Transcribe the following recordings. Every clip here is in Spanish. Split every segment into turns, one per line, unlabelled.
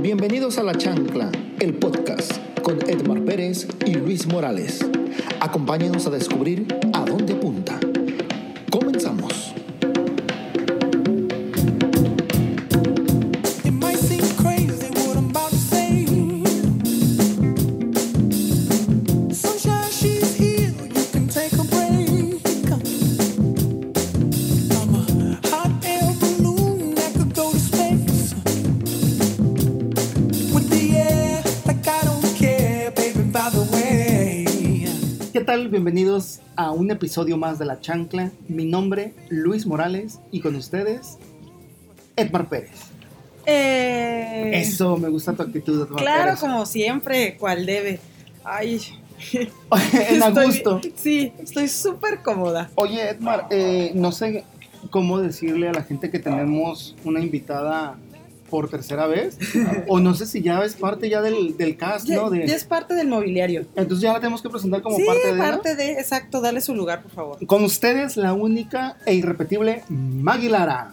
Bienvenidos a La Chancla, el podcast con Edmar Pérez y Luis Morales. Acompáñenos a descubrir a dónde apunta. Comenzamos.
It might seem crazy what I'm about to say. Sunshine, she's here. You can take a break. I'm a hot air balloon that could go to space. With the air, like I don't care, baby. By the way,
¿Qué tal? Bienvenidos a un episodio más de La Chancla. Mi nombre, Luis Morales, y con ustedes, Edmar Pérez.
Eh,
Eso, me gusta tu actitud, Edmar
Claro,
Pérez.
como siempre, cual debe. Ay,
en
estoy-
Augusto.
Sí, estoy súper cómoda.
Oye, Edmar, eh, no sé cómo decirle a la gente que tenemos una invitada por tercera vez, o no sé si ya es parte ya del, del cast,
Ya,
¿no? De-
ya es parte del mobiliario.
entonces ya la tenemos que presentar como
sí,
parte de... ¿no?
parte de, exacto, dale su lugar, por favor.
Con ustedes, la única e irrepetible Maggie Lara.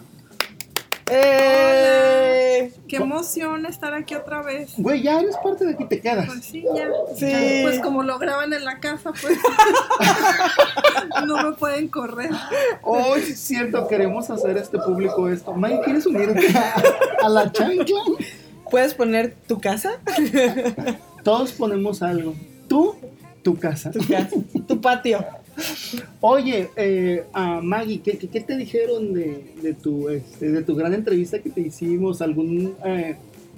Eh,
Qué emoción estar aquí otra vez.
Güey, ya eres parte de aquí, te quedas.
Pues sí, ya.
Sí.
Pues como lo graban en la casa, pues no me pueden correr.
Hoy sí es cierto, queremos hacer este público esto. May, ¿quieres unirte a, a la chancla?
¿Puedes poner tu casa?
Todos ponemos algo. Tú, tu casa.
Tu casa, tu patio.
Oye, eh, a Maggie, ¿qué, qué, qué te dijeron de, de tu, este, de tu gran entrevista que te hicimos? ¿Algún eh,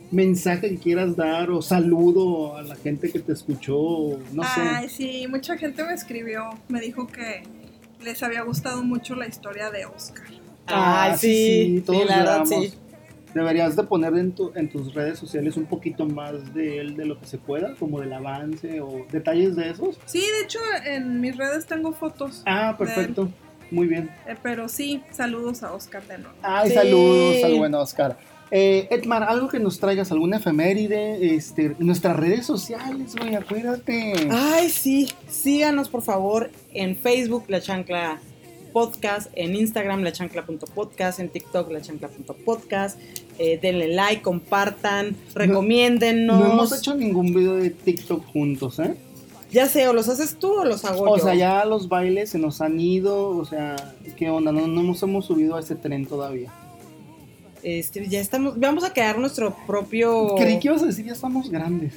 mensaje que quieras dar o saludo a la gente que te escuchó? O No sé.
Ay, sí, mucha gente me escribió, me dijo que les había gustado mucho la historia de Oscar.
Ah,
Ay, sí, sí,
todos
la verdad,
lloramos.
sí.
Deberías de poner en, tu- en tus redes sociales un poquito más de él, de lo que se pueda, como del avance o detalles de esos.
Sí, de hecho en mis redes tengo fotos,
Ah, perfecto. Muy bien.
eh, pero sí, saludos a Oscar de nuevo.
Ay,
Sí.
saludos al buen Oscar. Eh, Edmar, algo que nos traigas, alguna efeméride, este, nuestras redes sociales, güey, acuérdate.
Ay, sí. Síganos, por favor, en Facebook, La Chancla Podcast, en Instagram, lachancla.podcast, en TikTok, lachancla.podcast. Eh, denle like, compartan, recomiéndennos.
No hemos hecho ningún video de TikTok juntos, ¿eh?
Ya sé, o los haces tú o los hago
O
yo.
sea, ya los bailes se nos han ido, o sea, ¿qué onda? No, no nos hemos subido a ese tren todavía.
Este, ya estamos, vamos a crear nuestro propio...
Creí que ibas a decir, ya estamos grandes.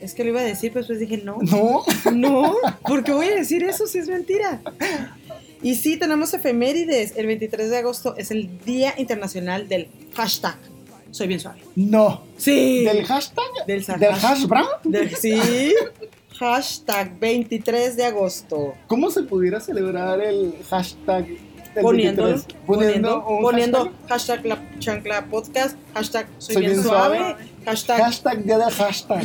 Es que lo iba a decir, pero después dije, no,
No,
no, porque voy a decir eso si es mentira. Y sí, tenemos efemérides. El 23 de agosto es el Día Internacional del Hashtag. Soy bien suave.
no.
Sí.
¿Del hashtag?
Del Sahara.
¿Del hash brown?
Del- sí. Hashtag 23 de agosto.
¿Cómo se pudiera celebrar el hashtag? del
Poniendo,
23?
poniendo,
un
poniendo hashtag, la chancla podcast, hashtag soy, bien, suave, hashtag,
Hashtag día del hashtag.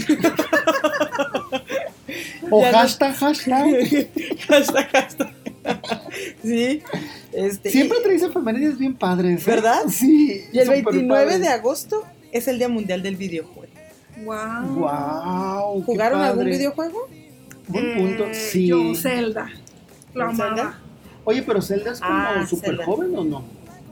o
Ya no-
hashtag, hashtag.
hashtag, hashtag. Sí. Este,
Siempre traes efemérides bien padres. ¿eh?
¿Verdad?
Sí.
Y el 29 de agosto es el Día Mundial del Videojuego.
Wow.
¡Wow!
¿Jugaron algún Mm, videojuego?
Buen punto.
Eh,
Sí.
Yo Zelda. Lo
¿Zelda?
amaba.
Oye, pero Zelda es como
Ah,
súper
Zelda.
joven o no?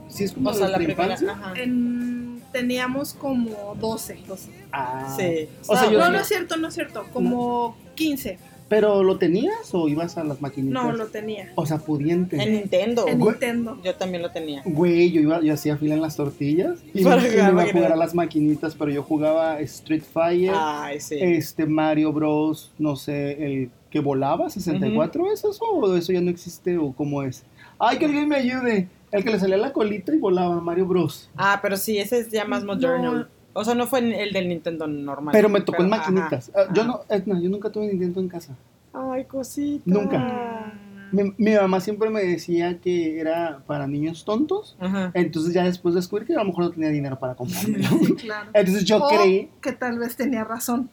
Sí, es como
O sea, la
nuestra
primera.
infancia.
Ajá.
En- teníamos como 12. 12.
Ah.
Sí.
O sea, yo-
No, no es cierto, no es cierto. Como 15.
¿Pero lo tenías o ibas a las maquinitas?
No, lo tenía.
O sea, pudiente.
En Nintendo.
En
Güey.
Nintendo.
Yo también lo tenía.
Güey, yo, iba, yo hacía fila en las tortillas y,
Para
y me
jugar
iba a
maquinitas.
jugar a las maquinitas, pero yo jugaba Street Fighter,
Ay, Ah, sí. Eh,
este Mario Bros, no sé, el que volaba, 64, ¿es eso o eso ya no existe o cómo es? Ay, que alguien me ayude. El que le salía la colita y volaba, Mario Bros.
Ah, pero sí, ese es ya más moderno.
No.
O sea, no fue en el del Nintendo normal.
Pero me tocó en
ajá,
maquinitas. Ah, yo
ajá.
no, Edna, yo nunca tuve Nintendo en casa.
Ay, cosita.
Ah,
Nunca. Mi, mi mamá siempre me decía que era para niños tontos,
Ajá.
entonces ya después descubrí que a lo mejor no tenía dinero para comprármelo.
Sí, claro.
Entonces yo
Oh.
O
creí
que tal vez tenía razón.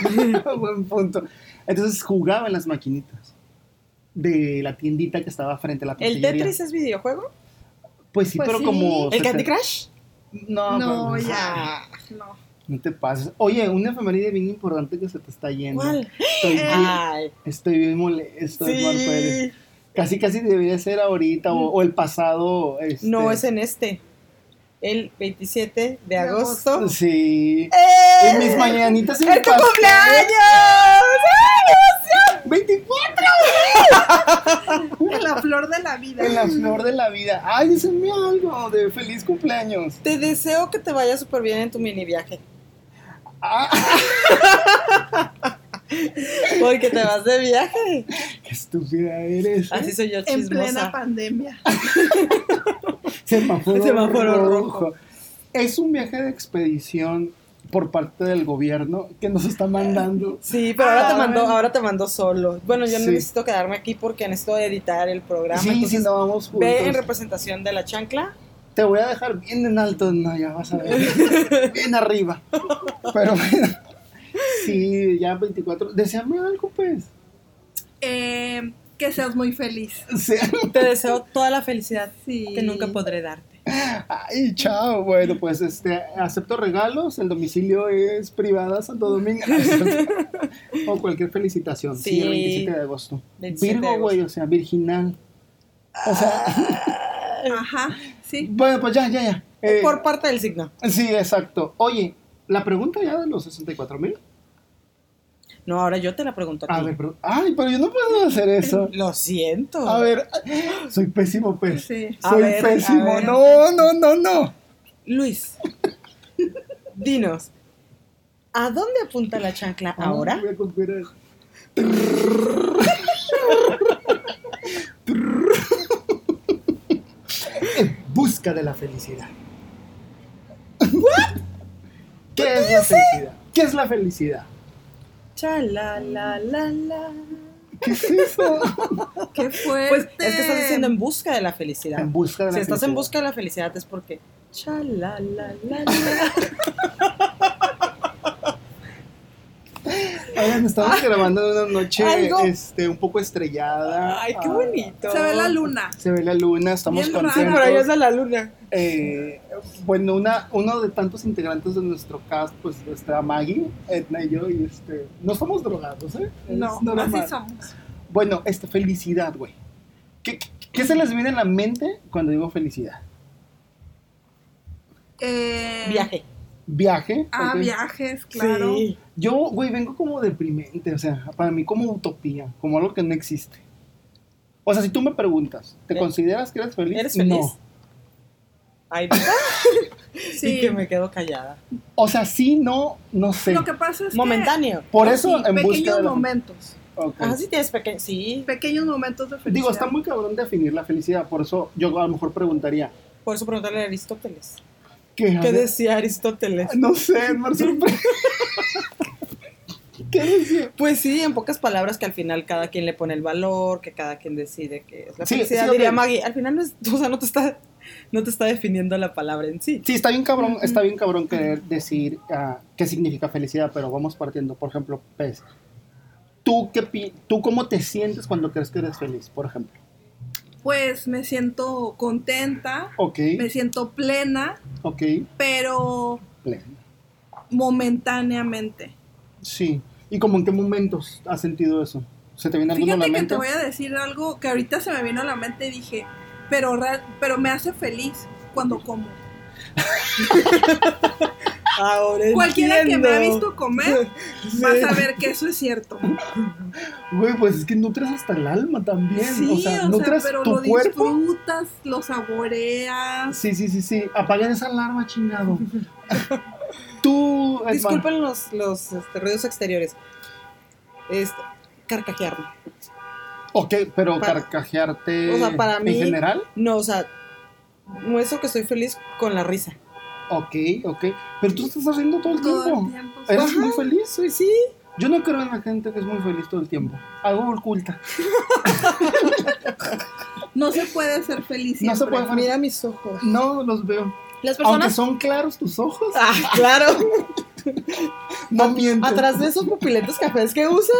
Buen punto. Entonces jugaba en las maquinitas de la tiendita que estaba frente a la
¿El
tortillería.
Tetris es videojuego?
Pues sí,
Pues
pero
sí.
como...
¿El
seten-
Candy Crush?
No,
No,
pues,
ya.
Ah,
No.
no te pases. Oye, una efeméride bien importante que se te está yendo.
¿Cuál?
Estoy, bien,
Ay,
estoy bien molesto, Edmar Pérez.
sí.
Casi, casi debería ser ahorita o, o el pasado. este,
No, es en este. el 27 de
De agosto.
agosto.
Sí.
¡Eh!
Y mis mañanitas y mi
¡Es tu
pastel.
cumpleaños! ¡Ay,
¡24!
En la flor de la vida.
En la flor de la vida. Ay, dísenme algo de feliz cumpleaños.
Te deseo que te vaya súper bien en tu mini viaje.
Ah,
Porque te vas de viaje.
qué estúpida eres. ¿eh?
Así soy yo
En plena
chismosa.
pandemia.
Semáforo,
Semáforo
rojo.
rojo.
Es un viaje de expedición por parte del gobierno que nos está mandando.
Sí, pero ahora te
Ah,
mandó,
bueno.
ahora te mandó solo. Bueno, yo no
Sí.
necesito quedarme aquí porque necesito editar el programa.
Sí, sí,
entonces,
no vamos
ve en
juntos.
representación de la chancla.
Te voy a dejar bien en alto, no, ya vas a ver. bien arriba. Pero bueno. Sí, ya 24. Deseame algo, pues.
Eh, que seas muy feliz.
Sí.
Te deseo toda la felicidad
Sí.
que nunca podré darte.
Ay, chao. Bueno, pues este, acepto regalos. El domicilio es privada, Santo Domingo. o cualquier felicitación. Sí, el
Sí.
27 de agosto.
27 de
Virgo, güey, o sea, virginal. O sea,
Ajá, sí.
bueno, pues ya, ya, ya. Eh,
Por parte del signo.
Sí, exacto. Oye, la pregunta ya de los 64 mil.
No, ahora yo te la pregunto a
A
ti.
ver, pero, ay, pero yo no puedo hacer eso.
Lo siento.
A ver, soy pésimo, pues.
Sí.
A
Soy
ver, a
pésimo.
ver.
No, no, no, no.
Luis, dinos, ¿a dónde apunta la chancla
Ay,
ahora?
voy a conspirar. en busca de la felicidad. ¿Qué, es la felicidad? ¿Qué es la felicidad?
Cha, la, la, la, la.
¿Qué es eso?
Qué fuerte.
Pues es que estás diciendo en busca de la felicidad.
En busca de la
Si estás en
felicidad.
busca de la felicidad es porque cha, la, la, la, la.
Oigan, estamos grabando en una noche
Algo.
este, un poco estrellada.
Ay, qué
Ah,
bonito.
Se ve la luna.
Se ve la luna, estamos
Bien raro.
contentos.
Por ahí es la luna.
Eh, bueno, una, uno de tantos integrantes de nuestro cast, pues está Maggie, Edna y yo, y este, no somos drogados, ¿eh? Es
No,
normal.
así somos.
Bueno, este, felicidad, güey. ¿Qué, qué, qué se les viene a la mente cuando digo felicidad?
Eh,
Viaje.
¿Viaje?
Ah,
ok.
viajes, claro.
Sí.
Yo, güey, vengo como deprimente, o sea, para mí como utopía, como algo que no existe. O sea, si tú me preguntas, ¿te
¿Eh?
consideras que eres feliz?
¿Eres feliz?
No.
Ay, no.
Sí.
Y que me quedo callada.
O sea, sí, no, no sé.
Lo que pasa es que.
Momentáneo.
Por eso,
Sí,
en busca
pequeños
de la-
momentos.
Ok.
Ah, sí tienes pequeño. Sí,
Pequeños momentos de felicidad.
Digo, está muy cabrón definir la felicidad, por eso yo a lo mejor preguntaría,
por eso preguntarle a Aristóteles.
¿qué,
¿Qué decía Aristóteles?
No sé, me sorprende. ¿Qué decía?
Pues sí, en pocas palabras que al final cada quien le pone el valor, que cada quien decide que es la
Sí,
felicidad.
sí, ok.
Diría Maggie, al final no es, o sea, no te está, no te está definiendo la palabra en sí.
Sí, está bien cabrón, está bien cabrón querer decir ah, qué significa felicidad, pero vamos partiendo, por ejemplo, pues, ¿tú, qué pi- ¿tú cómo te sientes cuando crees que eres feliz, por ejemplo?
Pues me siento contenta,
Ok,
me siento plena,
ok,
pero
plena.
momentáneamente.
Sí, ¿y como en qué momentos has sentido eso? ¿Se te viene alguno a la
Fíjate que
mente?
te voy a decir algo que ahorita se me vino a la mente y dije, pero, real- pero me hace feliz cuando como.
Ahora
Cualquiera que me ha
entiendo.
visto comer
Sí.
va a saber que eso es cierto.
Güey, pues es que nutres hasta el alma también,
Sí,
o sea,
pero
nutres tu
lo
cuerpo
disfrutas, lo saboreas.
Sí, sí, sí, sí. Apaguen esa alarma, chingado. Tú, Edman.
Disculpen los, los este, ruidos exteriores. Este, carcajearme.
Ok, pero
Para-
carcajearte
O sea, para mí-
en general.
No, o sea, muestro que estoy feliz con la risa.
Ok, ok. Pero tú estás haciendo todo el
Todo el
tiempo.
tiempo.
¿Eres
Ajá.
muy feliz?
Soy sí.
Yo no creo en la gente que es muy feliz todo el tiempo. Algo oculta.
No se puede ser feliz.
No se
siempre.
puede
Mira mis ojos.
No los veo.
Las
Aunque
personas.
son claros tus ojos,
Ah, claro.
no mienten.
Atrás de esos pupiletos cafés que usas.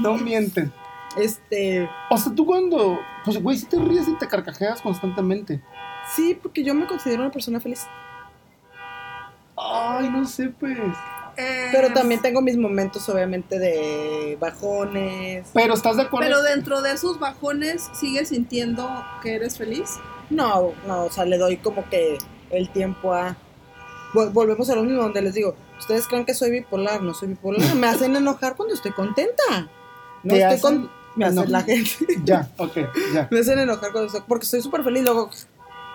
No mienten.
Este.
O sea, tú cuando. Pues, güey, si te ríes y te carcajeas constantemente.
Sí, porque yo me considero una persona feliz.
Ay, no sé, pues.
Eh,
Pero también tengo mis momentos, obviamente, de bajones.
Pero estás de acuerdo.
Pero dentro de esos bajones, ¿sigues sintiendo que eres feliz?
No, no, o sea, le doy como que el tiempo a... Vol- Volvemos a lo mismo, donde les digo, ustedes creen que soy bipolar, no soy bipolar, me hacen enojar cuando estoy contenta. No
Te
estoy
hacen
con... Me hacen
enojar.
la gente.
Ya, ok, ya.
Me hacen enojar cuando estoy... Porque estoy súper feliz, luego...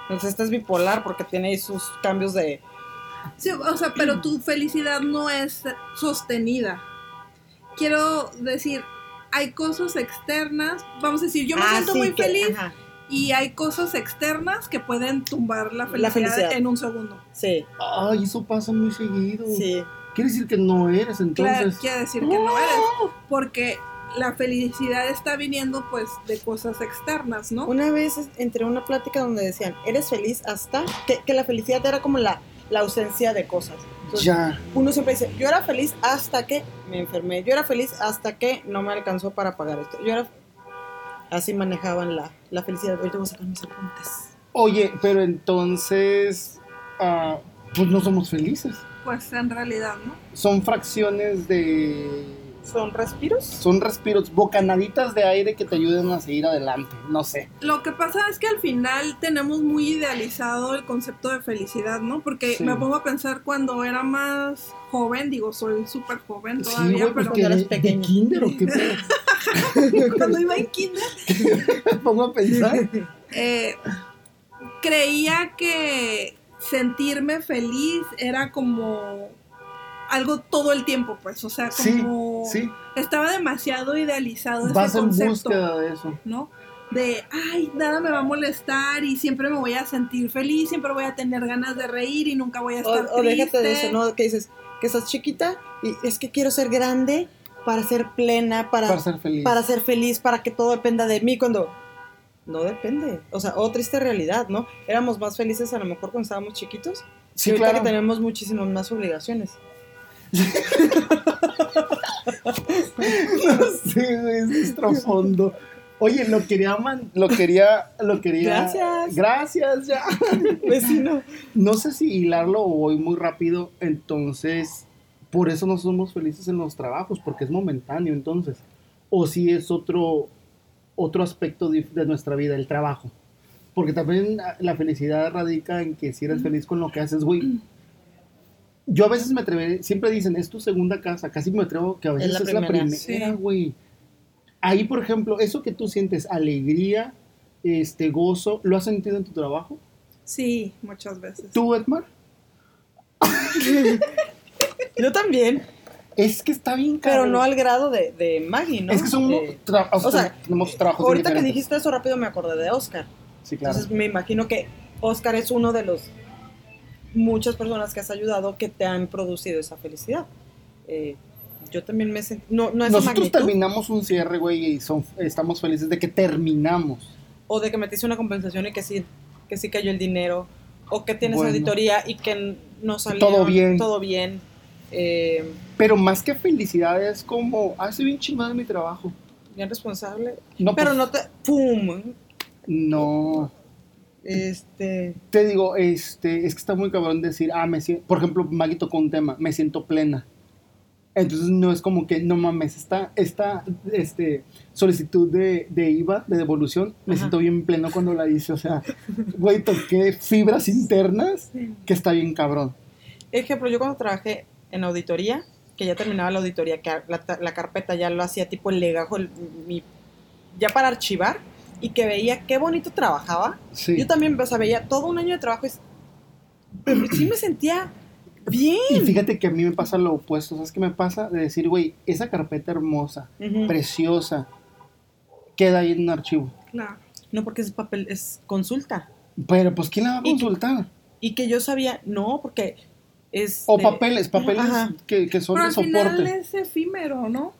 Pues esta es bipolar porque tiene ahí sus cambios de...
Sí, o sea,
Mm.
pero tu felicidad no es sostenida. Quiero decir, hay cosas externas. Vamos a decir, yo me
Ah,
siento
sí,
muy
que-
feliz
ajá,
y hay cosas externas que pueden tumbar la felicidad,
La felicidad.
en un segundo.
sí,
Ay, eso pasa muy seguido.
Mm.
sí.
Quiere decir que no eres
Claro,
entonces.
quiere decir que no eres, porque la felicidad está viniendo pues de cosas externas, ¿no?
Una vez es- entré a una plática donde decían, eres feliz hasta... Que, que la felicidad era como la, la ausencia de cosas. Entonces,
Ya.
uno siempre dice, yo era feliz hasta que me enfermé, yo era feliz hasta que no me alcanzó para pagar esto. Yo era... Así manejaban la, la felicidad. Ahorita voy a sacar mis apuntes.
Oye, pero entonces, ah, pues no somos felices.
Pues en realidad, ¿no?
Son fracciones de...
¿Son respiros?
Son respiros, bocanaditas de aire que te ayudan a seguir adelante. No sé.
Lo que pasa es que al final tenemos muy idealizado el concepto de felicidad, ¿no? Porque
Sí.
me pongo a pensar cuando era más joven, digo, soy súper joven
Sí,
todavía,
güey, pues
pero
que
cuando
de,
eras
de
pequeño.
kinder o qué pedo?
cuando iba en kinder,
me pongo a pensar.
eh, creía que sentirme feliz era como algo todo el tiempo, pues, o sea,
Sí,
como
Sí,
estaba demasiado idealizado
vas
ese
en
concepto.
búsqueda de eso.
¿no? De, ay, nada me va a molestar y siempre me voy a sentir feliz, siempre voy a tener ganas de reír y nunca voy a
O,
estar
o
triste.
déjate de eso, ¿no? Que dices, que estás chiquita y es que quiero ser grande para ser plena, para,
Para ser feliz.
para ser feliz, para que todo dependa de mí, cuando no depende. O sea, o triste realidad, ¿no? Éramos más felices a lo mejor cuando estábamos chiquitos.
Sí,
y ahorita
claro.
que tenemos muchísimas más obligaciones.
Sí, güey, es nuestro fondo. Oye, lo quería, man- lo quería, lo quería.
Gracias.
Gracias, ya.
Vecino.
No sé si hilarlo o voy muy rápido, entonces, por eso no somos felices en los trabajos, porque es momentáneo, entonces. O si es otro, otro aspecto dif- de nuestra vida, el trabajo. Porque también la- la felicidad radica en que si eres feliz con lo que haces, güey. Yo a veces me atreveré, siempre dicen, es tu segunda casa, casi me atrevo que a veces es
la
la
primera.
primera,
Sí.
güey. Ahí, por ejemplo, eso que tú sientes, alegría, este gozo, ¿lo has sentido en tu trabajo?
Sí, muchas veces.
¿Tú, Edmar?
Yo también,
Es que está bien caro.
pero no al grado de, de Maggie, ¿no?
Es que son
De-
tra- o sea,
o sea,
tenemos trabajos
ahorita que
diferentes.
dijiste eso rápido me acordé de Oscar.
Sí, claro.
Entonces me imagino que Oscar es uno de los muchas personas que has ayudado que te han producido esa felicidad. Eh, yo también me sentí, no, no es
Nosotros
magnitud,
terminamos un cierre, güey, y son, estamos felices de que terminamos.
o de que metiste una compensación y que sí, que sí cayó el dinero, o que tienes
Bueno.
auditoría y que n- no salió
Todo bien.
Todo bien. Eh,
Pero más que felicidad es como, hace bien chingado mi trabajo.
bien responsable.
No,
Pero
pues,
no te... ¡Pum!
no.
Este...
Te digo, este, es que está muy cabrón decir, ah, me siento, por ejemplo, Maggie tocó un tema, me siento plena. Entonces no es como que, no mames, esta, esta este, solicitud de, de IVA, de devolución, me
Ajá.
siento bien pleno cuando la hice. O sea, güey, toqué fibras internas que está bien cabrón.
Ejemplo, yo cuando trabajé en auditoría, que ya terminaba la auditoría, que la, ta- la carpeta ya lo hacía tipo el legajo, el- mi- ya para archivar, y que veía qué bonito trabajaba.
Sí.
Yo también, o sea, veía todo un año de trabajo y s- sí me sentía bien.
Y fíjate que a mí me pasa lo opuesto. ¿Sabes qué me pasa? De decir, güey, esa carpeta hermosa,
Ujú.
preciosa, queda ahí en un archivo.
Claro.
No, porque es papel, es consulta.
Pero pues, ¿quién la va a
Y-
consultar?
Y que yo sabía, no, porque es...
O papeles, papeles
Este, Ajá.
que, que son
Pero
de
al final
soporte.
es efímero, ¿no?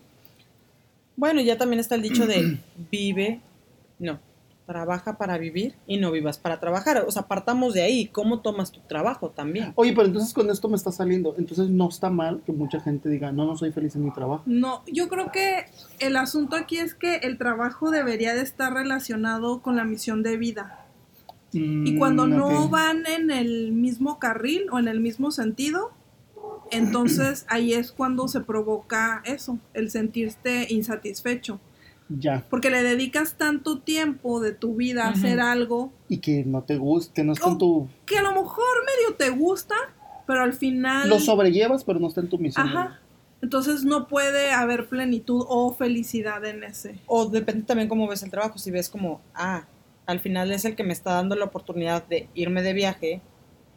Bueno, ya también está el dicho de vive, no, trabaja para vivir y no vivas para trabajar. O sea, partamos de ahí, ¿cómo tomas tu trabajo también?
Oye, pero entonces con esto me está saliendo. Entonces no está mal que mucha gente diga, no, no soy feliz en mi trabajo.
No, yo creo que el asunto aquí es que el trabajo debería de estar relacionado con la misión de vida. Y cuando
Mm,
no
ok.
van en el mismo carril o en el mismo sentido, entonces ahí es cuando se provoca eso, el sentirte insatisfecho.
Ya.
Porque le dedicas tanto tiempo de tu vida a hacer algo
Y que no te guste, que no está en
Oh.
tu.
que a lo mejor medio te gusta, pero al final...
Lo sobrellevas, pero no está en tu misión.
Oh, Ajá. Entonces no puede haber plenitud o felicidad en ese.
O depende también cómo ves el trabajo. Si ves como, ah, al final es el que me está dando la oportunidad de irme de viaje.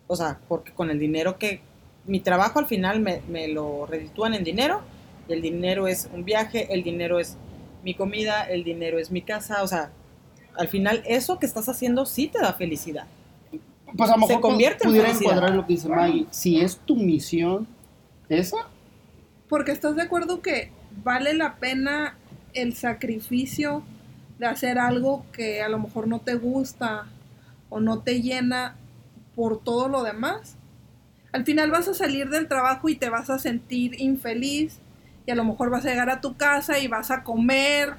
O sea, porque con el dinero que. Mi trabajo al final me, me lo reditúan en dinero. Y el dinero es un viaje, el dinero es mi comida, el dinero es mi casa. O sea, al final eso que estás haciendo sí te da felicidad.
Pues a lo
Se
mejor
convierte en
pudiera
felicidad.
encuadrar lo que dice Maggie. Si es tu misión, esa,
Porque estás de acuerdo que vale la pena el sacrificio de hacer algo que a lo mejor no te gusta o no te llena por todo lo demás. Al final vas a salir del trabajo y te vas a sentir infeliz y a lo mejor vas a llegar a tu casa y vas a comer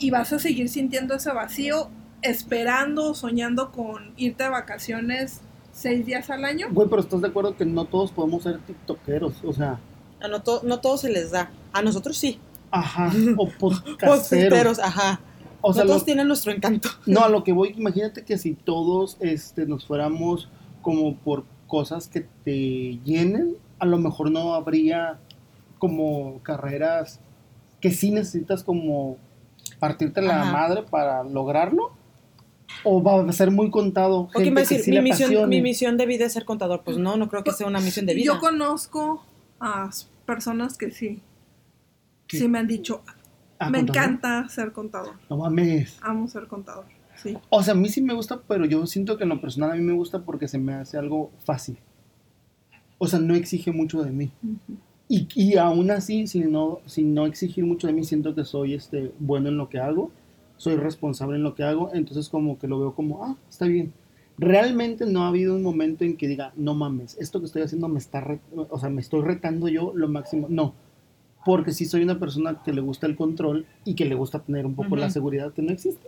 y vas a seguir sintiendo ese vacío esperando, soñando con irte de vacaciones seis días al año.
güey, pero estás de acuerdo que no todos podemos ser tiktokeros. O sea,
A Ah, no, to- no todo se les da. A nosotros sí.
ajá. O podcasteros.
Posteros, ajá.
O sea,
no todos
lo-
tienen nuestro encanto.
No, a lo que voy, imagínate que si todos este, nos fuéramos como por cosas que te llenen, a lo mejor no habría como carreras que sí necesitas como partirte la
Ajá.
madre para lograrlo. O va a ser muy contado
Porque
gente
me va a
que
decir,
sí
mi,
le
misión,
apasione.
mi misión de vida es ser contador. Pues no, no creo que sea una misión de vida.
Yo conozco a s- personas que sí.
¿Qué?
Sí me han dicho,
Ah,
me
contador.
encanta ser contador,
No mames.
amo ser contador, sí.
O sea, a mí sí me gusta, pero yo siento que en lo personal a mí me gusta porque se me hace algo fácil. O sea, no exige mucho de mí. Y, y aún así, sin no, sin no exigir mucho de mí, siento que soy este, bueno en lo que hago, soy responsable en lo que hago, entonces como que lo veo como, ah, está bien. Realmente no ha habido un momento en que diga, no mames, esto que estoy haciendo me está, re- o sea, me estoy retando yo lo máximo. No, porque sí soy una persona que le gusta el control y que le gusta tener un poco la
Ujú.
seguridad que no existe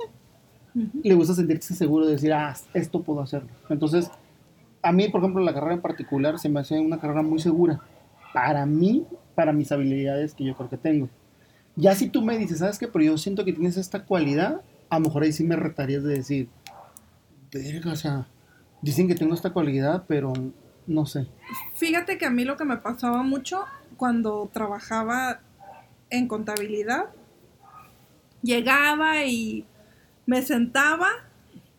Ujú.
le gusta sentirse seguro de decir, ah, esto puedo hacerlo. Entonces, a mí, por ejemplo, la carrera en particular se me hace una carrera muy segura. Para mí, para mis habilidades que yo creo que tengo. Ya si tú me dices, ¿sabes qué? Pero yo siento que tienes esta cualidad, a lo mejor ahí sí me retarías de decir, verga, o sea, dicen que tengo esta cualidad, pero no sé.
Fíjate que a mí lo que me pasaba mucho cuando trabajaba en contabilidad, llegaba y me sentaba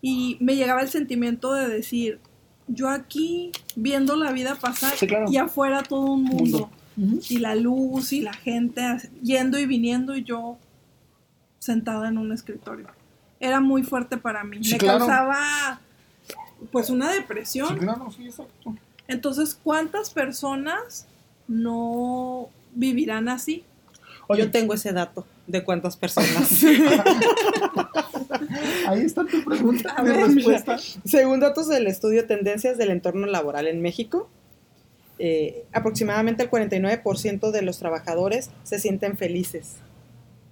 y me llegaba el sentimiento de decir, yo aquí viendo la vida pasar
Sí, claro.
y afuera todo un mundo.
Mundo.
y la luz y la gente as- yendo y viniendo y yo sentada en un escritorio. Era muy fuerte para mí.
Sí,
Me
claro.
causaba pues una
Sí,
depresión.
claro, sí, exacto.
Entonces, ¿cuántas personas no vivirán así?
Oye,
Yo tengo ese dato de cuántas personas.
ahí está tu pregunta,
A
mi
ver,
respuesta.
Según datos del estudio Tendencias del Entorno Laboral en México, eh, aproximadamente el 49% de los trabajadores se sienten felices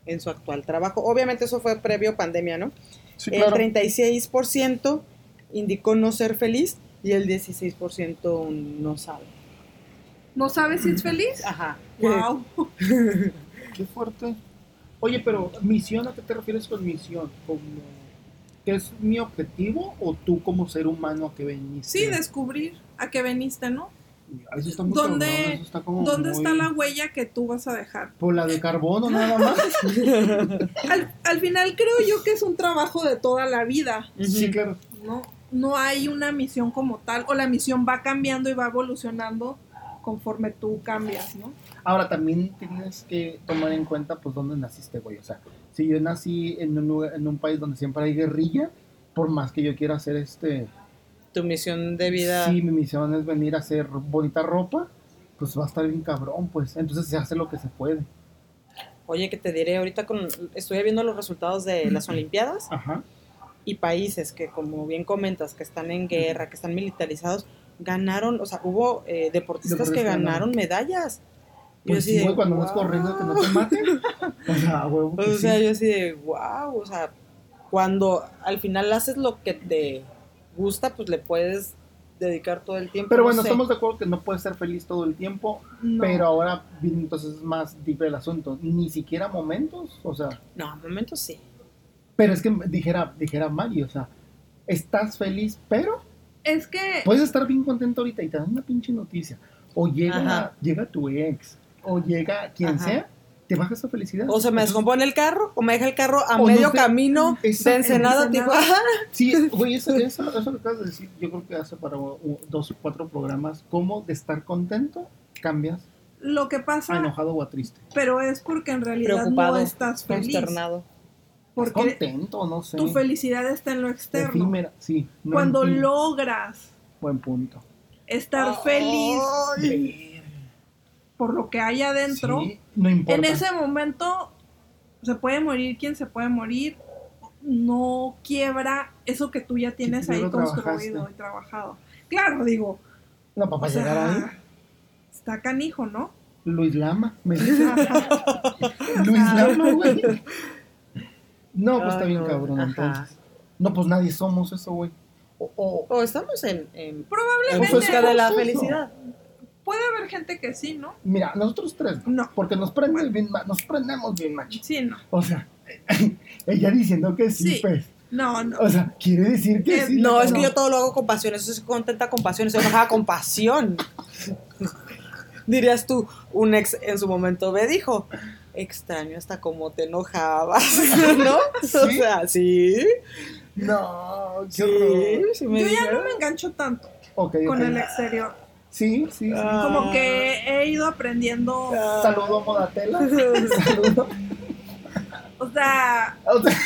en su actual trabajo. Obviamente eso fue previo pandemia, ¿no?
Sí,
el
claro.
36% indicó no ser feliz y el 16% no sabe.
¿No sabes si es feliz? Ah,
Ajá. Eh,
¡Wow!
Qué fuerte. Oye, pero misión, ¿a qué te refieres con misión? ¿Como que es mi objetivo o tú como ser humano que veniste?
Sí, descubrir a qué veniste, ¿no?
Eso está muy
¿Dónde-
cabrón, eso está como
¿Dónde
Oh, muy-
está la huella que tú vas a dejar?
Por la de carbono nada más.
Al, al final creo yo que es un trabajo de toda la vida.
sí, claro.
no, no hay una misión como tal, o la misión va cambiando y va evolucionando conforme tú cambias, ¿no?
Ahora también tienes que tomar en cuenta pues dónde naciste, güey. O sea, si yo nací en un lugar- en un país donde siempre hay guerrilla, por más que yo quiera hacer este
Tu misión de vida.
Sí, mi misión es venir a hacer bonita ropa, pues va a estar bien cabrón, pues. Entonces se hace lo que se puede.
Oye, que te diré, ahorita con, estuve viendo los resultados de las Olimpiadas
Ajá.
y países que, como bien comentas, que están en guerra, que están militarizados, ganaron, o sea, hubo eh, deportistas
Deportistas
que
que
ganaron
ganaron.
medallas. Y
Pues
así
sí,
de,
güey, cuando vas
"Guau".
corriendo que no te maten. O sea, a huevo. que
O sea,
sí.
yo así de, wow, o sea, cuando al final haces lo que te gusta, pues le puedes dedicar todo el tiempo.
Pero
no
bueno,
sé.
estamos de acuerdo que no puedes ser feliz todo el tiempo,
No.
pero ahora entonces es más deep el asunto. Ni siquiera momentos, o sea,
No, al momento sí.
pero es que dijera, dijera Mari, o sea, estás feliz, pero
Es que
puedes estar bien contento ahorita y te dan una pinche noticia. O llega,
Ajá.
llega tu ex, o llega quien
Ajá.
sea, te baja esa felicidad.
O se me
Entonces,
descompone el carro, o me deja el carro a
O no
medio
te-
camino
Esa-
de Ensenada a
Ensenada.
Tijuana.
Sí, güey, eso, eso, eso que acabas de decir, yo creo que hace para u- dos o cuatro programas, cómo de estar contento cambias
lo que
a
pasa,
enojado o a triste.
pero es porque en realidad
Preocupado,
no estás feliz.
Consternado.
Porque
contento, no sé.
tu felicidad está en lo externo.
Efímera, sí. no
Cuando
en ti.
logras
Buen punto.
estar feliz por lo que hay adentro,
Sí, no importa.
en ese momento se puede morir quien se puede morir. No quiebra eso que tú ya tienes
tú ya
ahí
lo
construido
trabajaste.
y trabajado. Claro, digo.
No, para
o sea,
llegar ahí,
Está canijo, ¿no?
Luis Lama, me dice. Luis Lama, güey. No, pues está
Ay,
bien
no,
cabrón,
ajá.
entonces. No, pues nadie somos eso, güey. O, o- Pues,
O estamos en, en, en
Probablemente
busca de la
proceso.
felicidad.
puede haber gente que sí, ¿no?
mira, nosotros tres, no,
No.
porque nos prende bien, ma- nos prendemos bien macho.
Sí, no.
O sea, ella diciendo que sí,
Sí.
pues.
No, no.
O sea, quiere decir que
Eh,
sí.
No, es que yo todo lo hago con pasión. Eso es contenta con pasión. Eso es enojada con pasión. Dirías tú, un ex en su momento me dijo, extraño hasta cómo te enojabas, ¿no? O sea, sí.
No, qué
Sí,
horror.
sí me
Yo ya no
dijeron.
me engancho tanto
Ok,
con
ok.
el exterior.
Sí, sí, sí.
Ah.
Como que he ido aprendiendo.
Ah. Saludo Modatela. Saludo.
O sea,
O sea,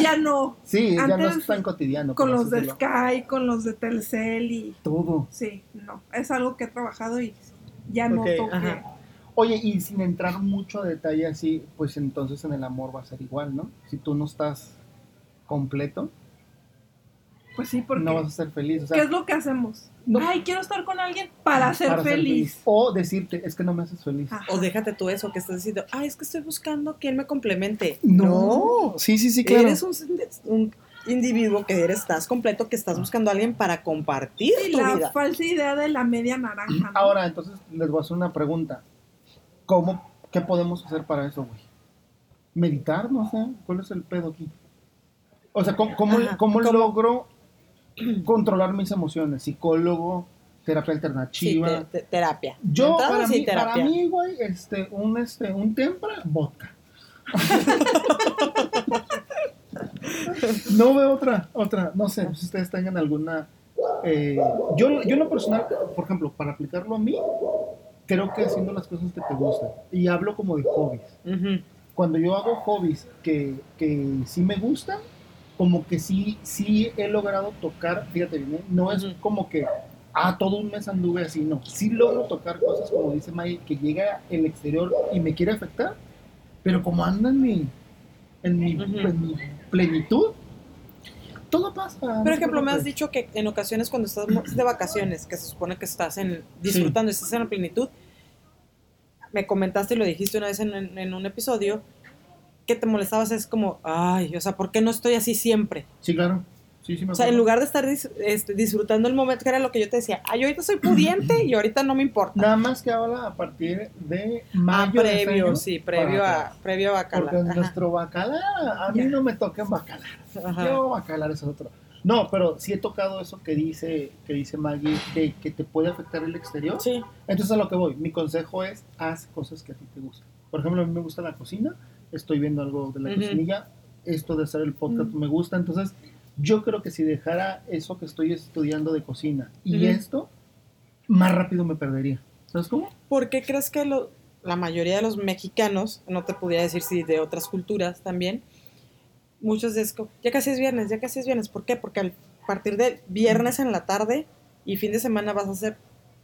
ya no.
sí, ya no
Antes,
es tan cotidiano.
Con
por
los
así
de
decirlo.
Sky, con los de Telcel y.
Todo.
Sí, no. Es algo que he trabajado y ya no
Ok,
toqué.
ajá.
Oye, y sin entrar mucho a detalle así, pues entonces en el amor va a ser igual, ¿no? Si tú no estás completo,
Pues sí, porque.
no vas a ser feliz. O sea,
¿Qué es lo que hacemos?
No.
Ay, quiero estar con alguien para ser
para
feliz.
O decirte, es que no me haces feliz.
Ajá.
O déjate tú eso que estás diciendo, ah, es que estoy buscando que él me complemente.
Sí, sí, sí,
Eres un, un individuo que eres, estás completo, que estás buscando a alguien para compartir
Y
tu
la
vida.
falsa idea de la media naranja. ¿no?
Ahora, entonces les voy a hacer una pregunta. ¿Cómo, qué podemos hacer para eso, güey? ¿Meditar? No sé. ¿Cuál es el pedo aquí? O sea, ¿cómo, cómo,
Ajá,
cómo
¿cómo?
logro controlar mis emociones? Psicólogo, terapia
Sí,
alternativa.
te- te- terapia.
Yo,
Entonces,
para,
sí,
mí, para mí, güey, este, un, este, un tempra, vodka. no veo otra, otra, no sé, si ustedes tengan alguna... eh, yo, yo en lo personal, por ejemplo, para aplicarlo a mí, creo que haciendo las cosas que te gustan. Y hablo como de hobbies.
Ujú.
Cuando yo hago hobbies que, que sí me gustan, como que sí, sí he logrado tocar, fíjate bien, ¿eh? no es
Ujú.
como que, ah, todo un mes anduve así, no, sí logro tocar cosas, como dice May, que llega el exterior y me quiere afectar, pero como anda en mi, en mi,
Ujú.
en mi plenitud, todo pasa. no
Por
te
ejemplo, me has
preocupes.
dicho que en ocasiones cuando estás mo- de vacaciones, que se supone que estás en, disfrutando, estás en la plenitud, me comentaste y lo dijiste una vez en, en- en un episodio, que te molestabas es como, ay, o sea, ¿por qué no estoy así siempre?
Sí, claro. Sí, sí, me
O sea, en
acuerdo.
lugar de estar dis- este, disfrutando el momento, que era lo que yo te decía, ay, ahorita soy pudiente y ahorita no me importa.
Nada más que habla a partir de
Ah,
mayo. de ese
previo,
año
sí, previo
para
a,
atrás.
previo a
Porque
Bacalar. Ajá,
nuestro bacalar, a mí
Ya.
no me toquen bacalar.
ajá.
Yo bacalar es otro. No, pero sí he tocado eso que dice, que dice Maggie, que, que te puede afectar el exterior.
Sí,
Entonces a lo que voy, mi consejo es haz cosas que a ti te gustan. Por ejemplo, a mí me gusta la cocina, estoy viendo algo de la
Ujú.
cocinilla, esto de hacer el podcast
Ujú.
me gusta, entonces yo creo que si dejara eso que estoy estudiando de cocina y
Ujú.
esto, más rápido me perdería. ¿Sabes cómo?
¿Por qué crees que lo- la mayoría de los mexicanos, no te podría decir si de otras culturas también, muchos de esco- ya casi es viernes, ya casi es viernes, ¿por qué? Porque al partir de viernes en la tarde y fin de semana vas a ser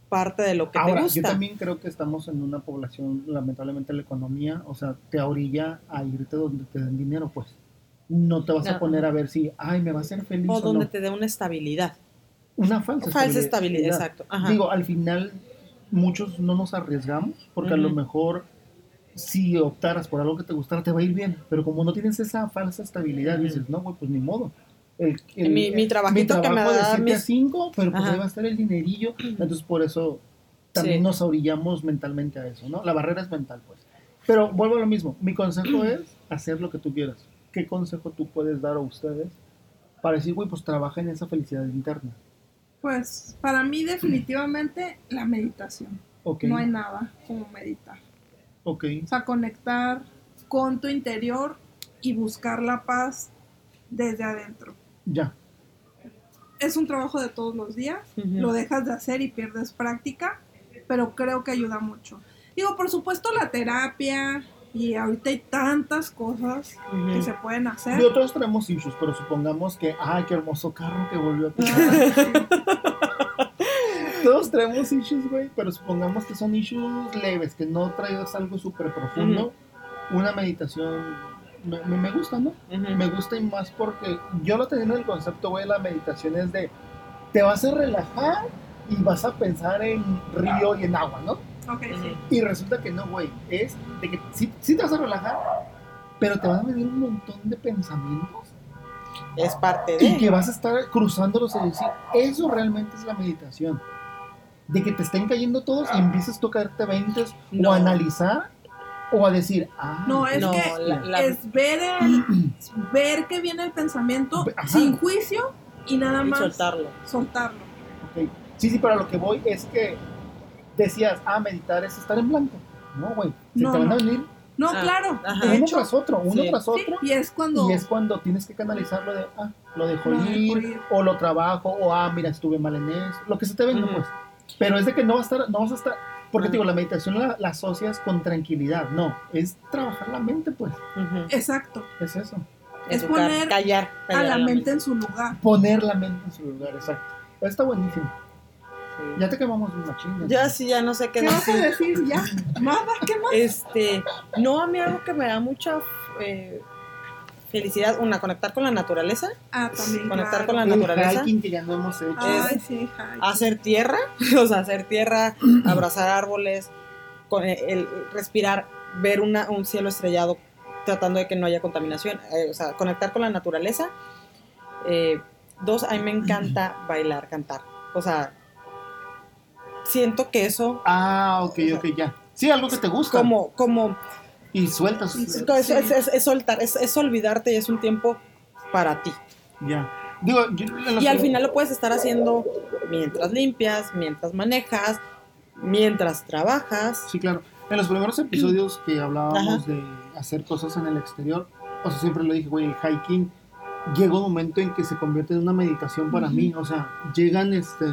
parte de lo que te
Ahora, yo
gusta.
también creo que estamos en una población, lamentablemente la economía, o sea, te orilla a irte donde te den dinero, pues. No te vas a
No.
poner a ver si, ay, me va a hacer feliz o,
o donde
no.
te dé una estabilidad.
Una falsa,
Falsa estabilidad, exacto. Ajá.
Digo, al final muchos no nos arriesgamos porque a lo
Ujú.
mejor si optaras por algo que te gustara te va a ir bien, pero como no tienes esa falsa estabilidad,
Ujú.
dices, no, güey, pues ni modo. el, el-
Mi- mi
eh,
trabajito que me
trabajo de
da
7 a
mis-
5, pero pues
Ajá.
ahí va a estar el dinerillo. Entonces, por eso también
Sí.
nos orillamos mentalmente a eso, ¿no? La barrera es mental, pues. Pero vuelvo a lo mismo. Mi consejo es hacer lo que tú quieras. ¿Qué consejo tú puedes dar a ustedes para decir, güey, pues trabaja en esa felicidad interna?
Pues para mí definitivamente la meditación.
Ok,
No hay nada como meditar.
ok,
O sea, conectar con tu interior y buscar la paz desde adentro.
ya.
Es un trabajo de todos los días,
Ujú.
lo dejas de hacer y pierdes práctica, pero creo que ayuda mucho. Digo, por supuesto la terapia y ahorita hay tantas cosas que
Ujú.
se pueden hacer.
Y otros tenemos issues, pero supongamos que, ay, qué hermoso carro que volvió a pisar.
Ah,
Todos traemos issues, güey, pero supongamos que son issues leves, que no traigas algo súper profundo. Una meditación me, me- me gusta, ¿no?
Ujú.
Me gusta y más porque yo lo tenía en el concepto, güey, la meditación es de te vas a relajar y vas a pensar en río y en agua, ¿no?
sí. Ok, sí.
Y resulta que no, güey, es de que sí, sí te vas a relajar, pero te van a venir un montón de pensamientos
Es parte
y
de.
que vas a estar cruzándolos y decir, eso realmente es la meditación. De que te estén cayendo todos y empieces tú a caerte 20
No.
o a analizar o a decir, ah,
No, es
No,
que
la- la-
es ver el, ver que viene el pensamiento
Ajá.
sin juicio y nada
Y
más
soltarlo.
soltarlo.
ok. Sí, sí, pero a lo que voy es que decías, ah, meditar es estar en blanco. No, güey, se
No,
te van
no.
a venir
No,
Ah,
claro.
ajá.
De
uno
hecho,
tras otro, uno
Sí.
tras
sí,
otro.
y es cuando
Y es cuando tienes que canalizar lo de, ah, lo dejo
Lo dejo
ir,
ir.
o lo trabajo, o ah, mira, estuve mal en eso, lo que se te venga,
Ujú.
pues. Pero es de que no vas a estar, no vas a estar, porque
Ah.
te digo, la meditación la, la asocias con tranquilidad, no, es trabajar la mente, pues,
Ujú.
exacto,
es eso.
es
Educar,
poner
callar,
a
callar
la mente en su lugar.
Poner la mente en su lugar, exacto. Está buenísimo.
Sí.
Ya te quemamos una china.
Ya sí, ya no sé qué
¿Qué vas a
decir.
decir ya? Nada, ¿qué más?
Este, no, a mí algo que me da mucha eh, felicidad, una, conectar con la naturaleza,
Ah, también.
conectar
claro.
con la
El
naturaleza, Ah.
hiking que ya no hemos hecho.
Ay, sí, ay.
hacer tierra, o sea, hacer tierra, abrazar árboles, con eh, el, el respirar, ver una, un cielo estrellado, tratando de que no haya contaminación, eh, o sea, conectar con la naturaleza. Eh, dos, a mí me encanta bailar, cantar, o sea, siento que eso,
Ah, ok, ok, ya. Sí, algo que te gusta.
como, como
Y sueltas.
Sí.
No, es, es- es- es soltar, es, es olvidarte y es un tiempo para ti.
Ya. Digo, yo- en lo
Y al
que-
final lo puedes estar haciendo mientras limpias, mientras manejas, mientras trabajas.
Sí, claro. En los primeros episodios que hablábamos
Ajá.
de hacer cosas en el exterior, o sea, siempre lo dije, güey, el hiking llega un momento en que se convierte en una meditación para mí. O sea, llegan este,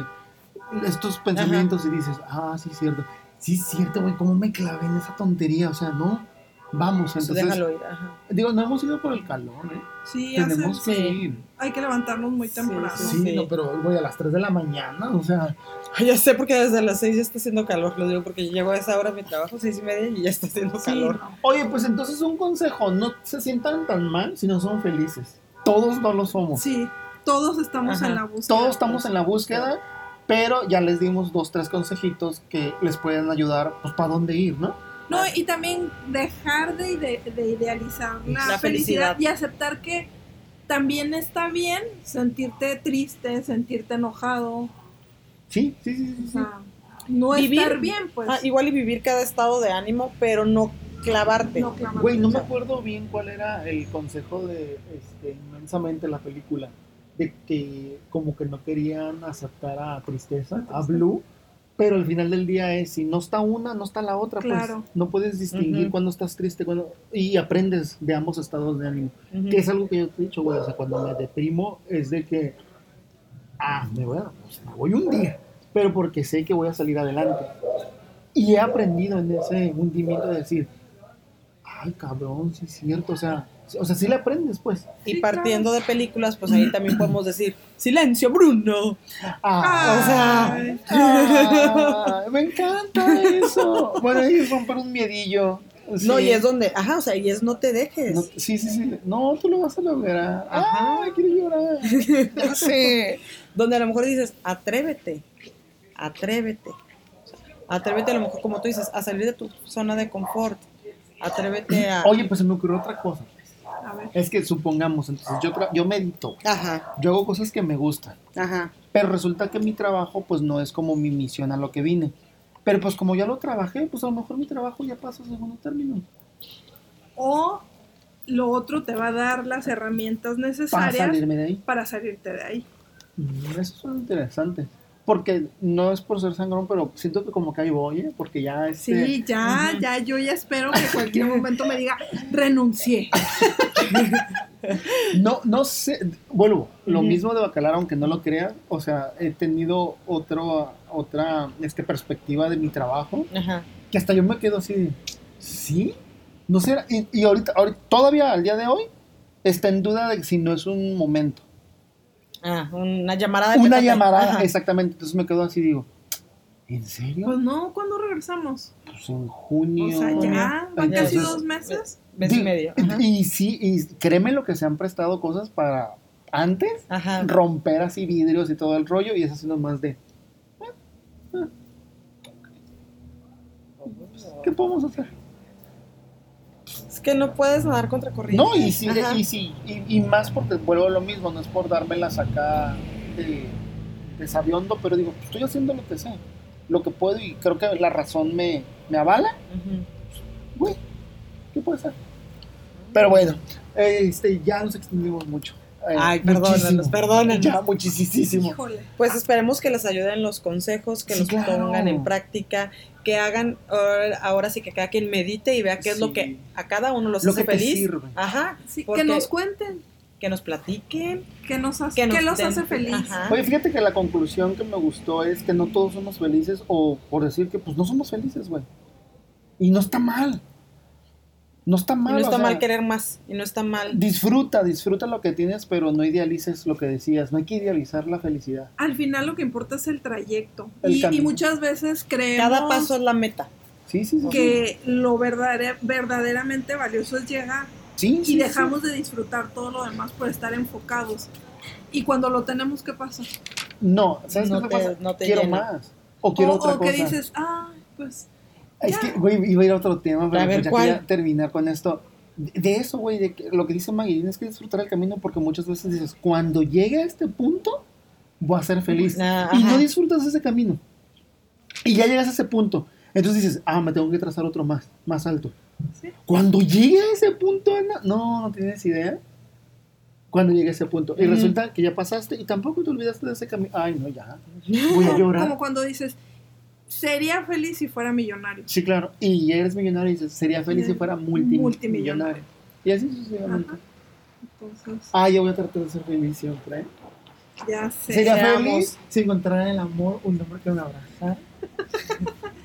estos pensamientos y dices, ah, sí, cierto. Sí, cierto, güey, ¿cómo me clavé en esa tontería? O sea, no. Vamos,
Entonces,
entonces.
déjalo ir. ajá.
Digo, no hemos ido por el calor, ¿eh?
Sí, hace-
Tenemos que
sí.
ir.
hay que levantarnos muy
Sí,
temprano.
sí.
Sí, no, pero, güey, a las 3 de la mañana, o sea.
Ay, Ya sé porque desde las 6 ya está haciendo calor, lo digo porque yo llego a esa hora a mi trabajo, seis y media, y ya está haciendo
Sí,
calor.
no.
Oye, pues entonces un consejo, no se sientan tan mal si no son felices. Todos no lo somos.
Sí, todos estamos
Ajá.
en la búsqueda.
Todos estamos en la búsqueda, pero ya les dimos dos, tres consejitos que les pueden ayudar pues, para dónde ir, ¿no?
No, y también dejar de, ide- de idealizar la,
La felicidad.
felicidad, y aceptar que también está bien sentirte triste, sentirte enojado.
Sí, sí, sí. sí,
O
sí.
sea, no
Vivir.
estar bien, pues.
Ah, igual y vivir cada estado de ánimo, pero no clavarte.
no clamar.
Güey, no me acuerdo bien cuál era el consejo de este, inmensamente la película, de que como que no querían aceptar a Tristeza, a Blue, pero al final del día es, si no está una, no está la otra,
Claro.
pues no puedes distinguir
Ujú.
cuando estás triste cuando, y aprendes de ambos estados de ánimo.
Ujú.
Que es algo que yo te he dicho, güey. O sea, cuando me deprimo es de que. Ah, me voy, a- o sea, me voy un día. Pero porque sé que voy a salir adelante. Y he aprendido en ese hundimiento de decir. Ay, cabrón, sí es cierto. O sea, sí- o sea sí le aprendes, pues.
Y
Sí,
partiendo de películas, pues ahí también podemos decir, silencio, Bruno. O sea,
Ay,
ah, me encanta eso. Bueno, ellos son por un miedillo.
Pues
Sí.
No, y es donde, ajá, o sea, y es no te dejes.
No, sí, sí, sí. No, tú lo vas a lograr.
Ajá.
Ah, quiero llorar.
Ya sé. Donde a lo mejor dices, atrévete, atrévete. Atrévete a lo mejor, como tú dices, a salir de tu zona de confort. Atrévete a...
Oye, pues se me ocurrió otra cosa.
a A ver.
Es que supongamos, entonces yo, tra- yo medito,
Ajá,
yo hago cosas que me gustan,
ajá.
pero resulta que mi trabajo pues no es como mi misión a lo que vine. Pero pues como ya lo trabajé, pues a lo mejor mi trabajo ya pasa a segundo término.
O lo otro te va a dar las herramientas
Para
necesarias
salirme de ahí.
para salirte de ahí.
Mm, Eso es interesante. Porque no es por ser sangrón, pero siento que como que ahí voy, ¿eh? porque ya
Sí,
este...
ya, ya, yo ya espero que en cualquier momento me diga, renuncié.
No, no sé, vuelvo, lo
Ujú.
mismo de Bacalar, aunque no lo creas, o sea, he tenido otro, otra este, perspectiva de mi trabajo,
Ajá.
que hasta yo me quedo así, de, ¿sí? No sé, y, y ahorita, ahorita- todavía al día de hoy, está en duda de si no es un momento,
Ah, una llamarada. de
una
petate.
llamada,
Ajá.
exactamente, entonces me quedo así, digo, ¿en serio?
Pues no, ¿cuándo regresamos?
Pues en junio.
O sea, ya, van casi
Entonces,
dos meses.
Mes
Digo,
y medio.
y-
Ajá.
Y sí, y créeme lo que se han prestado cosas para antes
Ajá.
romper así vidrios y todo el rollo, y es así nomás de. "Ah, ah, ¿Qué podemos hacer?
Es que no puedes nadar contra corriente.
No, y sí,
Ajá.
y sí, y, y más porque vuelvo a lo mismo, no es por dármelas acá de, de sabiondo, pero digo, pues, estoy haciendo lo que sé, lo que puedo, y creo que la razón me, me avala,
Ujú.
güey, ¿qué puede ser? Pero bueno, este, ya nos extendimos mucho. Eh,
Ay, perdónanos,
muchísimo.
perdónanos.
Ya, muchísimo.
Híjole.
Pues esperemos que les ayuden los consejos, que
Sí,
los
claro.
pongan en práctica, que hagan ahora- ahora sí que cada quien medite y vea qué es lo
Sí.
que a cada uno los
Lo
hace
que te
feliz. Ah.
sirve.
Ajá,
Sí,
Porque-
que nos cuenten,
que nos platiquen,
que nos hace,
que nos
que los
den-
hace feliz.
Ajá.
Oye, fíjate que la conclusión que me gustó es que no todos somos felices, o por decir que pues no somos felices, güey. Y no está mal. No está
Y
mal.
no
o
está
sea,
mal querer más, y no está mal.
Disfruta, disfruta lo que tienes, pero no idealices lo que decías. No hay que idealizar la felicidad.
Al final lo que importa es el trayecto.
El
y, y
camino.
muchas veces creemos
Cada paso es la meta.
Sí, sí, sí.
que lo verdadera- verdaderamente valioso es llegar.
sí, sí,
y dejamos de disfrutar todo lo demás por estar enfocados. Y cuando lo tenemos, ¿qué pasa?
sí. No, ¿sabes
No
qué me
te-
pasa?
no te
quiero
llena.
más. O
O,
quiero otra
o
cosa.
que dices, ah, pues
Es
Ya.
que, güey, iba a ir a otro tema, pero
A ver,
pues ya
¿cuál?
quería terminar con esto. De, de eso, güey, de que lo que dice Maggie, tienes que disfrutar el camino porque muchas veces dices, cuando llegue a este punto, voy a ser feliz.
Ah,
y
ajá.
no disfrutas ese camino. Y ya llegas a ese punto. Entonces dices, ah, me tengo que trazar otro más, más alto.
Sí.
Cuando llegue a ese punto, Ana, no, no tienes idea. Cuando llegue a ese punto. Y
Ujú.
resulta que ya pasaste y tampoco te olvidaste de ese camino. Ay, no, ya. Voy a
como-
llorar.
como cuando dices, sería feliz si fuera millonario.
Sí, claro. Y eres millonario y dices, sería feliz si fuera multimillonario.
Multimillonario.
Y así sucesivamente.
Ajá. Entonces,
Ah, yo voy a tratar de ser feliz siempre. ¿eh?
ya sé.
Sería
Seamos.
feliz si encontrara en el amor un hombre que me abrazara,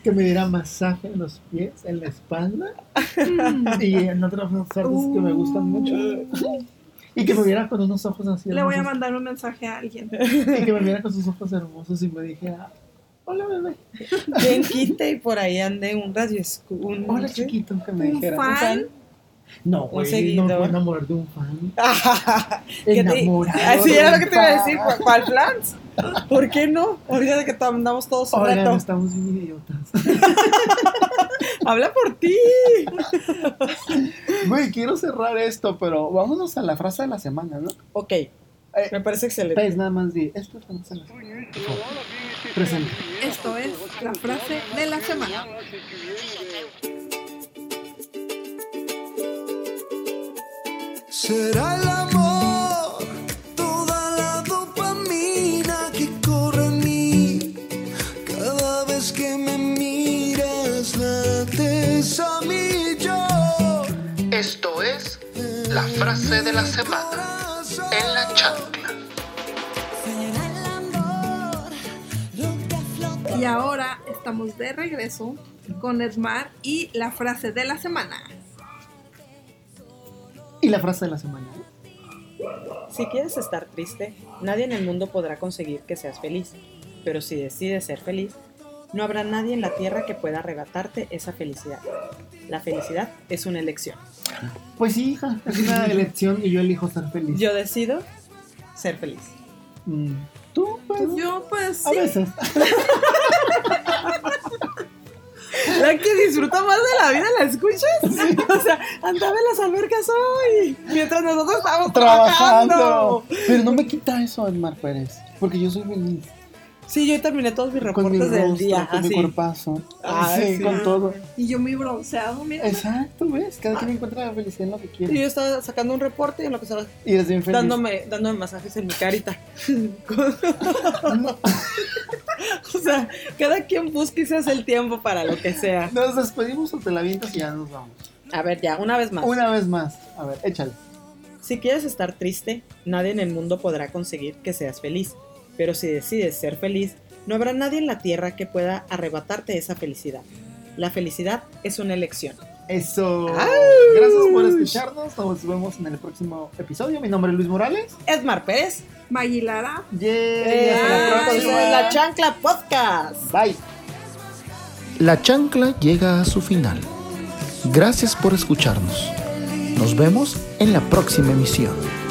que me diera masaje en los pies, en la espalda
Mm. Uh.
y en otras partes que me
Uh.
gustan mucho. Y que me viera con unos ojos así.
Le voy a
hermosos,
mandar un mensaje a alguien.
Y que me viera con sus ojos hermosos y me dijera, hola bebé,
Quien quite y por ahí ande un radio escu- un,
hola
¿sí?
chiquito, que me
Un
dijera.
Un
fan.
fan.
No,
Un
güey, no
seguidor.
me voy a enamorar de un fan.
¿Qué te-
Enamorado.
Así
de
era lo
un
que te iba a decir,
fan.
¿cu- ¿cuál plans? ¿Por qué no? Ahorita de que to- andamos todos un
Oigan,
rato.
estamos bien idiotas.
Habla por ti.
Güey, quiero cerrar esto, pero vámonos a la frase de la semana, ¿no?
Ok, me parece excelente.
Pez nada más di, esto es la frase de la semana. por favor. Presente.
Esto es la frase de la semana.
Será el amor, toda la dopamina que corre en mí. Cada vez que me miras, lates a mi yo.
Esto es la frase de la semana en la chancla.
Será el amor lo que flota.
Y ahora estamos de regreso con Edmar y la frase de la semana.
Y la frase de la semana.
Si quieres estar triste, nadie en el mundo podrá conseguir que seas feliz. Pero si decides ser feliz, no habrá nadie en la tierra que pueda arrebatarte esa felicidad. La felicidad es una elección.
Pues sí, hija, es una elección y yo elijo ser feliz.
Yo decido ser feliz.
Mm, Tú, pues,
Yo pues
a
sí,
veces.
La que disfruta más de la vida, ¿la escuchas? O sea, andaba en las albercas hoy, mientras nosotros estábamos
Trabajando.
trabajando.
Pero no me quita eso, Edmar Pérez. Porque yo soy feliz.
Sí, yo terminé todos mis
Con mi
reportes
rostro,
del día.
con mi
así.
cuerpazo.
Ah,
sí,
sí.
con todo.
Y yo muy bronceado, mira.
Exacto, ¿ves? Cada quien encuentra la felicidad en lo que
Y
quiere.
yo estaba sacando un reporte y en lo que estaba
Y eres bien feliz.
dándome, dándome masajes en mi carita.
No,
o sea, cada quien busca y se hace el tiempo para lo que sea.
Nos despedimos o te la avientas y ya nos vamos.
A ver, ya, una vez más.
Una vez más. A ver, échale.
Si quieres estar triste, nadie en el mundo podrá conseguir que seas feliz. Pero si decides ser feliz, no habrá nadie en la tierra que pueda arrebatarte esa felicidad. La felicidad es una elección.
Eso.
¡Auch!
Gracias por escucharnos. Nos vemos en el próximo episodio. Mi nombre es Luis Morales.
Edmar Pérez.
Maguilara.
Yay. Hasta la
Esto
próxima.
es la Chancla Podcast.
Bye.
La chancla llega a su final. Gracias por escucharnos. Nos vemos en la próxima emisión.